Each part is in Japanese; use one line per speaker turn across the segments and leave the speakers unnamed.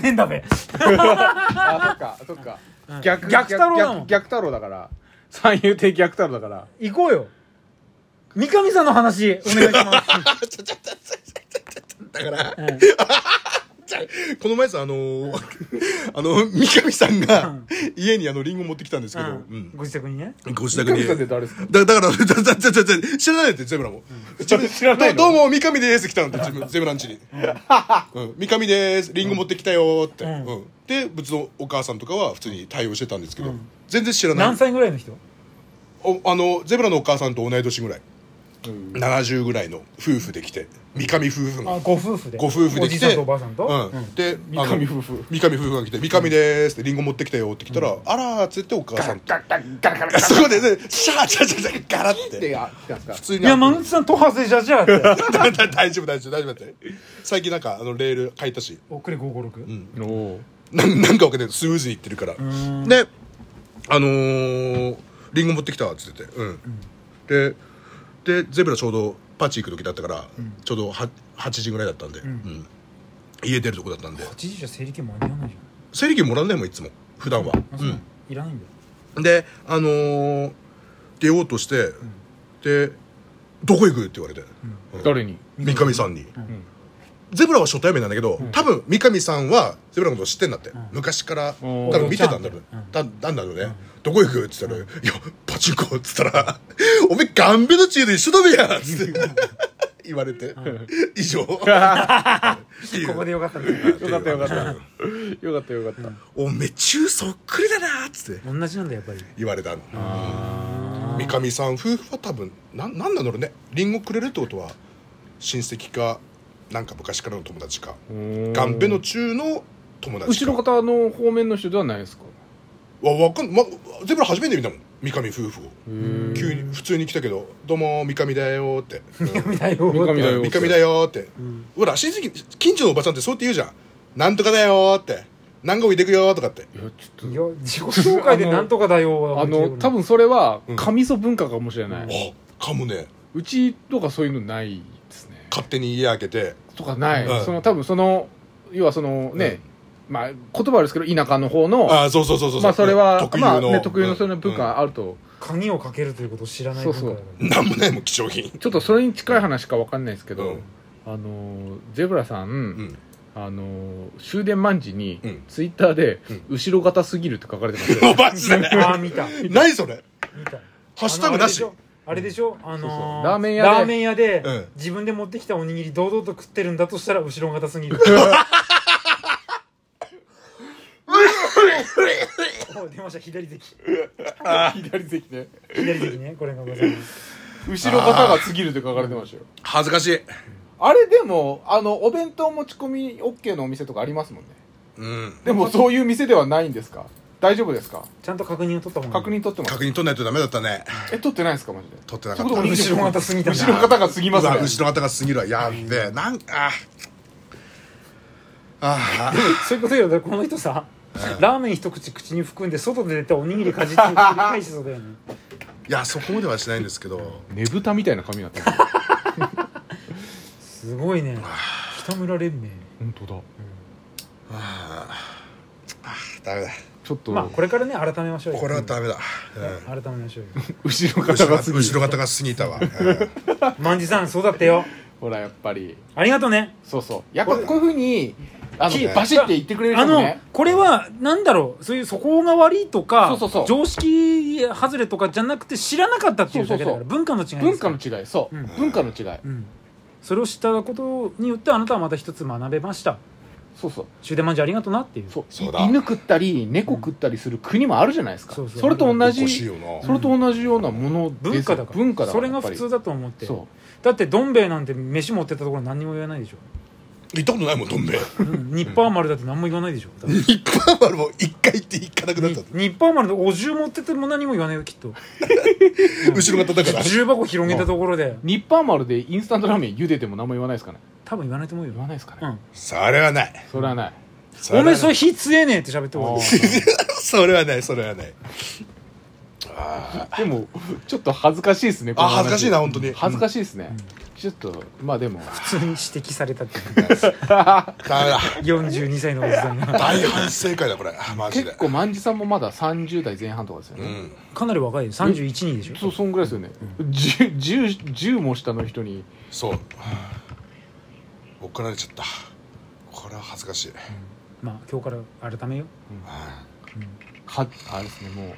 変だべ
あそっかそっか
うん
逆
逆太郎だもん
逆逆太郎だから三遊亭逆太郎だから
行こうよ三上さんの話お願いします、
ちょちょちょちょちょちょだから、
うん
この前さ、あのー あの、三上さん
う
が
ん
家にあの、リンゴ持ってきたんですけど、うん
ご自宅にね
ご自
三
宅
上
に。
さんって誰ですか
だだから、だだだだだ知らないって、ゼブラも。
知らないの
どどうも、三上でーす来たのって、ゼブゼブラんちに。うん三上でーす、リンゴ持ってきたよーって。
うん
うんで、仏のお母さんとかは普通に対応してたんですけど、全然知らない
何。歳ぐらいの人
おあの、ゼブラのお母さんと同い年ぐらい。70ぐらいの夫婦で来て、三上夫婦が
あ。ご夫婦で
ご夫婦
お
で
じい
来
さん
て
とおばあさんと、
うん、で
三上夫婦
あの三上夫婦が来て「三上でーす」って「リンゴ持ってきたよ」って来たら「あら」っつってお母さんと
ガッガッガッガッガッ
そこでねシャーシャーシャーシャーガラっ
って
て
やってたんですか
普通に
いや山口さんと外れじゃじゃあって
大丈夫大丈夫大丈夫大丈夫だって最近なんかあのレール変えたし
おっくり556、
おお
なんなんかわかんないけどスムーズにいってるからであのー「リンゴ持ってきた」っつっててうんででゼブラちょうどパチ行く時だったからちょうどは8時ぐらいだったんでうん家出るとこだったんで
知事じゃ整理券間に合わないじ
整理券もらんないもんいつも普段は
ゃんあ
う
そうんいらないんだよ
であのー出ようとして、で「どこ行く?」って言われて、
誰 に
三上さんに、ゼブラは初対面なんだけど、多分三上さんはゼブラのこと知ってんだって、昔から多
ん
分見てたんだろう、
うん
だなんだろうね、どこ行く?」っつったら「いやパチンコ」っつったら 「おめえガンベのチーで一緒だべや」っつって 言われて、以上こ
ここでよかったね
よかったよかったよかったよかった
おめえ中そっくりだなっつって
同じなんだやっぱり
言われたの三上さん夫婦は多分なんなんなんだろうねりんごくれるってことは親戚かなんか昔からの友達かガンペの中の友達
後
か
ろ方の方面の人ではないですか
わわかん、ま、ゼブラ初めて見たもん三上夫婦を
三
急に普通に来たけど「どうも三上だよ」って「うん
三上だよ
三上だよ
三上だよ」ってほら親戚近所のおばちゃんってそうって言うじゃん「なんとかだよ」って「何個いてくよ」とかって
いやちょ
い
っ
や自己紹介でなんとかだよ
とあの多分それは
うん
神祖文化かもしれない、
あかもね
うちとかそういうのないですね
勝手に家開けて
とかない、
うん
その多分その要はそのね、まあ言葉はあるんですけど田舎の方の
ああそうそうそうそうう
まあそれは
特有
まあ
の
ね、特有のその文化
うん
があると、
鍵をかけるということを知らない文化だから
そう
なんもないもん貴重品
ちょっとそれに近い話かわかんないですけど、
うん
あのーゼブラさん、
うん
あのー終電まんじに、
うん
ツイッターで、
うん
後ろ型すぎるって書かれてます
お
よ
ばしだね
あー見た見
何それ
た
ハッシュタグなし
あのあれでしょあれでしょあの
そうそ
ー
うラーメン屋で
ラーメン屋で、
うん
自分で持ってきたおにぎり堂々と食ってるんだとしたら後ろがたすぎる お出ました左関
左席ね
左関ねこれがございます
後ろ型がすぎるって書かれてましたよ
恥ずかしい
あれでもあのお弁当持ち込み OK のお店とかありますもんね
うん
でもそういう店ではないんですか大丈夫ですか
ちゃんと確認を取った方がいい
確認取ってます
確認取んないとダメだったね
え取ってないですかマジで
取ってなか
ち
っ
ょ
た
っと
後ろがたすぎたな
後ろ方が過ぎます
うわ
ね
後ろ方が過ぎるわやっべなんああ
でもそういうことよだからこの人さラーメン一口口に含んで外で出ておにぎりかじって繰り返しそうだよね
いやそこまではしないんですけど
ねぶたみたいな髪になってます
すごいね北村連盟
本 当だ
ダメだ
ちょっと、
まあこれからね改めましょうよ
これはダメだ、うん
ね改めましょうよ
後ろ
後
方
ろ
が
方
す
後
ぎ
ろ
る
方が過ぎたわ、うん
万事さんそうだったよ
ほらやっぱり
ありがとうね
そうそうやっぱこういうふうにあのバシッて言ってくれる
あ
人も
の
ね
これはなんだろうそういう素行が悪いとか
そうそうそう
常識外れとかじゃなくて知らなかったっていうだけだから
そうそう
文化の違いですから
文化の違いそう、
うん
文化の違い
うんそれを知ったことによってあなたはまた一つ学べました
そうそう
終電まんじゅうありがとうなっていう
そう
そうだ
い犬食ったり猫食ったりする国もあるじゃないですか、
そうそう
れと同
お
じ
かしいよな
それと同じようなものです
文化だから
文化だ
それが普通
っ
だと思って
そ
だってどん兵衛なんて飯持ってったところ何にも言わないでしょ
行ったことないもんどんべ
うんニッパー丸だって何も言わないでしょ多分
一般丸も一回行って行かなくなったって
ニッパー丸のお重持ってっても何も言わないよきっ と
後ろ方だから
重箱広げたところで
う日本丸でインスタントラーメン茹でても何も言わないですかね
多分言わないと思うよ
言わないですかね、
うん
それはない
それはない
それ
お
はな
めえ
い
それ火強えねえって喋って終わり
それはないそれはない
でもちょっと恥ずかしいですねこ
あ
の話
恥ずかしいな本当に
恥ずかしいですね、ちょっとまあでも
普通に指摘された っていうか
ダメだ
42歳のおじさんが
大反省会だこれあマジで
結構万次さんもまだ30代前半とかですよ
う
ね、
ん
かなり若いよ31人でしょ
そうそんぐらいですよね、10, 10, 10も下の人に
そう怒られちゃったこれは恥ずかしい
まあ今日から改めよ
は
はあれですねもう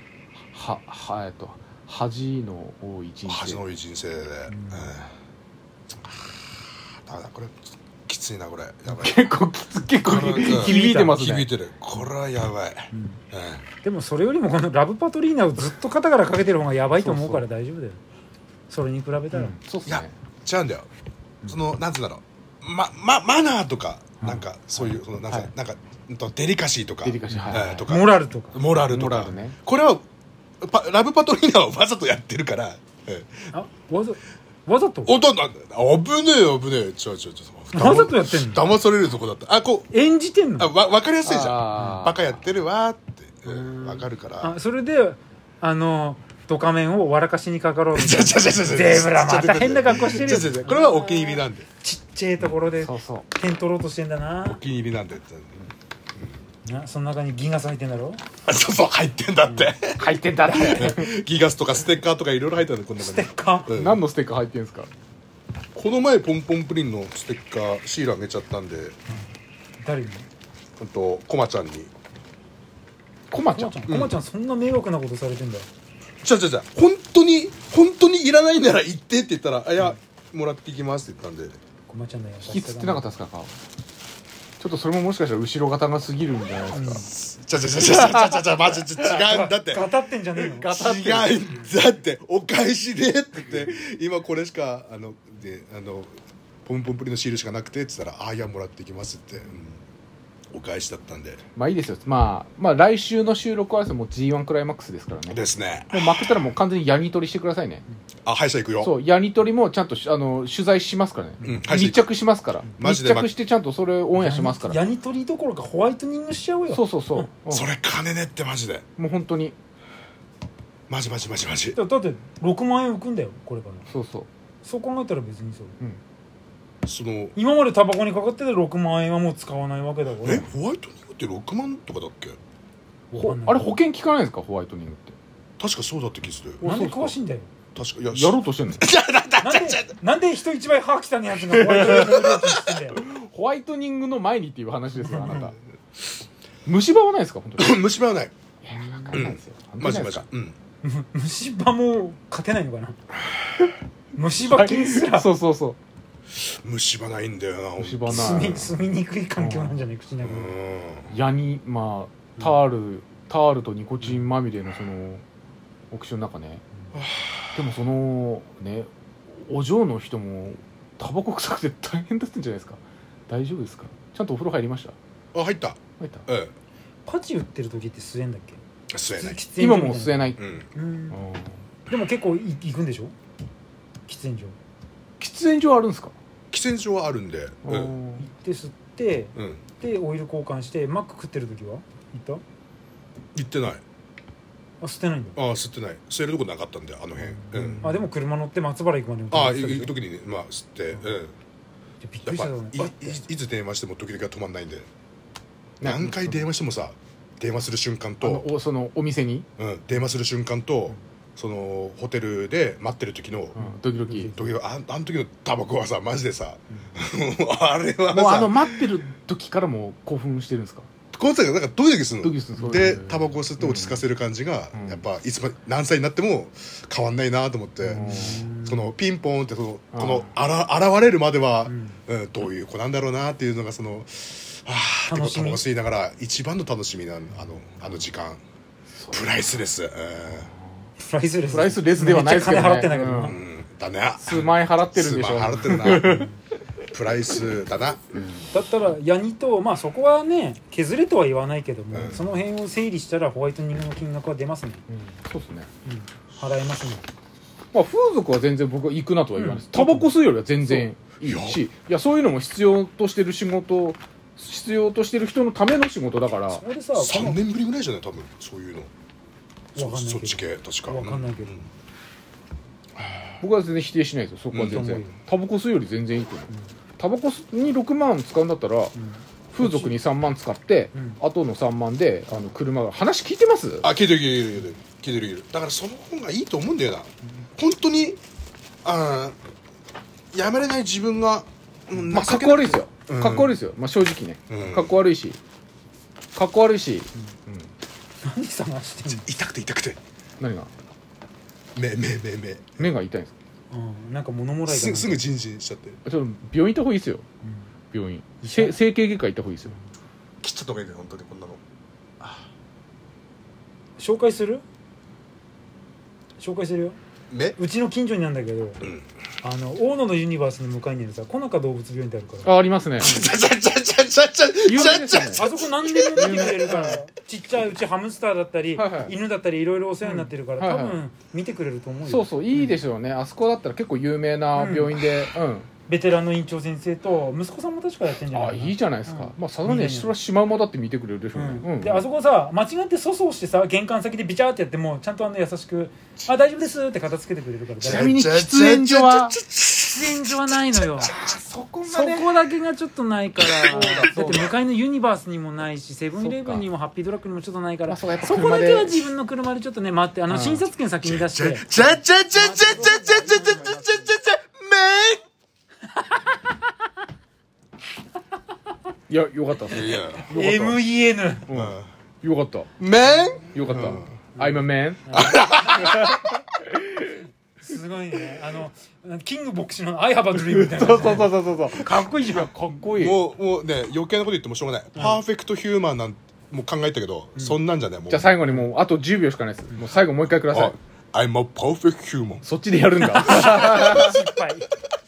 ははえっと恥の多い
い
人
恥
生
の多い人生でうんダメだこれきついなこれやばい
結構きつ結構
これうん
響いてます
響い
ね
てるこれはやばい
うん
うん
でもそれよりもこのラブパトリーナをずっと肩からかけてる方がやばいと思うから大丈夫だよそれに比べた
う
ら
んそうっす
いや
ね
違うんだよそのなんつうんだろうままマナーとかなんかそういうそのなんつうの
はい
なんかうんとデリカシーとか
デリカシーはいはいはい
えーとか
モラルとか
モラルと
モラ
か
ルね
これはパラブパトリーナはわざとやってるからうん
あわざわざと
おとなんだ危ねえ危ねえ違う違う違う
わざとやってんの
騙されるとこだったあこう
演じてん
あ
の
わ分かりやすいじゃ
あ
ん
ー
バカやってるわーってうんわかるから
あそれであのドカメンを笑かしにかかろうみたいな
ゼ
ゼブラまた変な格好してるよ
これはお気に入りなんで
ちっちゃいところで
そうそう
点取ろうとしてんだな
お気に入りなんでって
なその中にギガス入ってんだろ
あそうそう入ってんだって
回転だって
ギガスとかステッカーとかいろいろ入ってあるこんな
ス
感
テ
じ
ッカー
うん
何のステッカー入ってるんですか
この前ポンポンプリンのステッカーシールあげちゃったんで
誰に
ほんとコマちゃんに
コマ
コ
ち
マ
ゃん
ちゃんコマちゃんそんな迷惑なことされてんだ
じゃじゃじゃ本当に本当にいらないなら行ってって言ったら「あいやもらってきます」って言ったんで
コマちゃんだよ
引きつってなかったですか顔ちょっとそれももしかしたら後ろ型が過ぎるんじゃないです
じゃじゃじゃじゃじゃじゃマジ で違うんだって
ガタってんじゃねえの
か
違うんだってお返しでって言って今これしかあのであのポンポンプリンのシールしかなくてって言ったら「あいやもらってきます」って、うんお返しだったんで
まあいいですよまあまあ来週の収録はもう G1 クライマックスですからね
ですね
もう負けたらもう完全にヤニ取りしてくださいね
あ歯医者行くよ
そうヤニ取りもちゃんとしあの取材しますからね、
うん
密着しますから
マ
密
ジで
着してちゃんとそれをオンエアしますから
ヤニ取りどころかホワイトニングしちゃおうよ
そうそうそう、うん
それ金ねってマジで
もう本当に
マジマジマジマジ
だだって6万円浮くんだよこれから
そうそう
そう考えたら別にそう
その
今までタバコにかかってた6万円はもう使わないわけだから
えホワイトニングって6万とかだっけ
わ
ほ
かんない
あれ保険効かないんですかホワイトニングって
確かそうだって気する
なんで詳しいんだよ
確かいや
やろうとしてんの
なんでなんで人一倍歯汚いやつがホワイトニングの料金してんだよ
ホワイトニングの前にっていう話ですよあなた虫歯はないですか本当に
虫歯はない
いやわかんないですよ本当
マ
にな
ジ
い
マ
で
ジ
す
うん
虫歯も勝てないのかな虫歯菌す
からそうそうそう
虫歯ないんだよな
虫 歯
住
ない
み住みにくい環境なんじゃない口の
う
中に
ん
ヤニまあタール、タールとニコチンまみれのそのオクションの中ね、でもそのねお嬢の人もタバコ臭くて大変だったんじゃないですか大丈夫ですかちゃんとお風呂入りました
あ入った
入った
え
パチ打ってる時って吸えんだっけ
え吸えない
喫煙所
今
みた
もう吸えない、
うん
うん
うん
でも結構い行くんでしょ喫煙所
喫煙所あるんですか、
喫煙所はあるんでう
うんん
行って吸って
うん
でオイル交換してマック食ってる時は行っ
行ってない
たあ捨てないんだ
ああ吸ってない吸えるとこなかったんであの辺うん
あでも車乗って松原行くまでも
あ
止ま
あ
ってたでし
行
ょ
く時にねまあ吸ってうん
びっく
やっ
りし
ぱ
ただろうねバッ
い
て
いいつ電話しても時々は止まんないんで何回電話してもさ電話する瞬間
あ
と
のおそのお店に、
うん、電話する瞬間とそのホテルで待ってる時の
うん、ドキドキ
時々ああの時のタバコはさマジでさ、あれは
もうあの
さ
待ってる時からもう興奮してるんですか
今回がなんかドキドキする
ドキドキ
の
するんです
で
か
タバコを吸って落ち着かせる感じが、
うん
やっぱいつま何歳になっても変わんないなと思って、
うん
そのピンポンってその
あー
このあら現れるまでは、
う
うんんどういう子なんだろうなっていうのがそのああって
楽
こう
し
タ
み
バコ吸いながら一番の楽しみなあのあの時間プライスです、
プライスレス
プライスレスではないですけどね
めっちゃ金払ってんだけど
う、
なん
うん、だね
数万円払ってるんでしょ
スーパー払ってるなプライスだな、
だったらヤニとまあそこはね削れとは言わないけども
うん
その辺を整理したらホワイトニングの金額は出ますね
うんそうですね
うん払えますね
まあ、風俗は全然僕は行くなとは言わないです、
うん
タバコ吸うよりは全然いい
そう
しいやそういうのも必要としてる仕事必要としてる人のための仕事だから
そこでさこ
3
の
年ぶりぐらいじゃない多分そういうの
わかんないけど
そそっち系確か
わかんないけど
うんうんは
僕は全然否定しないですよそこは全然、
うん
タバコ吸うより全然いいと思う、タバコ吸に6万使うんだったら、風俗に3万使って、
うん
後の3万であの車が話聞いてます
あ聞いてる聞いてる聞いてる聞いてる聞いてるだからその方がいいと思うんだよな本当にあーやめれない自分が、うん
まあ、かっ
情け
こ
な
悪いですよ、
うん
かっこ悪いですよ、まあ、正直ね、
うん
かっこ悪いしかっこ悪いし、うん
何探してんの
痛くて痛くて
何が
目目目目
目が痛いんですか
うん、なんか物もらいがなん
す
か
すぐジンジンしちゃって
ちょっと病院行った方がいいですよ
うん
病院せ整形外科行った方がいいですよ
切っちゃった方がいいね本当にこんなの
紹介する紹介するよ
目
うちの近所になんだけど、あの大野のユニバースの向かいにあるさ小中動物病院ってあるから
あありますね
ちゃちゃちゃちゃちゃちゃ
有名ですよね
あそこ何でも見てくれるからちっちゃいうちハムスターだったり、
はいはい
犬だったりいろいろお世話になってるから、
うんはいはい
多分見てくれると思うよ
そうそういいでしょうね、あそこだったら結構有名な病院でうん、
ベテランの院長先生と息子さんも確かやってんじゃない
あ
かな
ーいいじゃないですか、
うん
まあさすがにね
いいね
それはシマウマだって見てくれるでしょうね、
う
うんん
であそこさ間違って粗相してさ玄関先でビチャーってやってもちゃんとあの優しく「あ大丈夫です」って片付けてくれるから
ち
喫
なみに喫煙所は
煙所はないのよ
そこ
そこだけがちょっとないからだ
そうだ
って向かいのユニバースにもないしセブンイレブンにもハッピードラッグにもちょっとないか
ま
ら
あそうやっぱ
そこだけ
車
は
で
自分の車でちょっとね待ってあの診察券先に出して
ちゃちゃちゃちゃちゃちゃちゃちゃちゃちゃちゃちゃ
いやよかったっす
めんいや
MEN
よかった
めん
よかった、I'm a man
すごいねあのキング牧師の「I have a dream」みたい
そう
な
そうそうそうそう
かっこいいじゃん
かっこいい
もうもうね余計なこと言ってもしょうがないパーフェクトヒューマンなんもう考えたけどそんなんじゃないもう
じゃあ最後にもうあと10秒しかないですもう最後もう一回ください
あ I'm a perfect human
そっちでやるんだ
失敗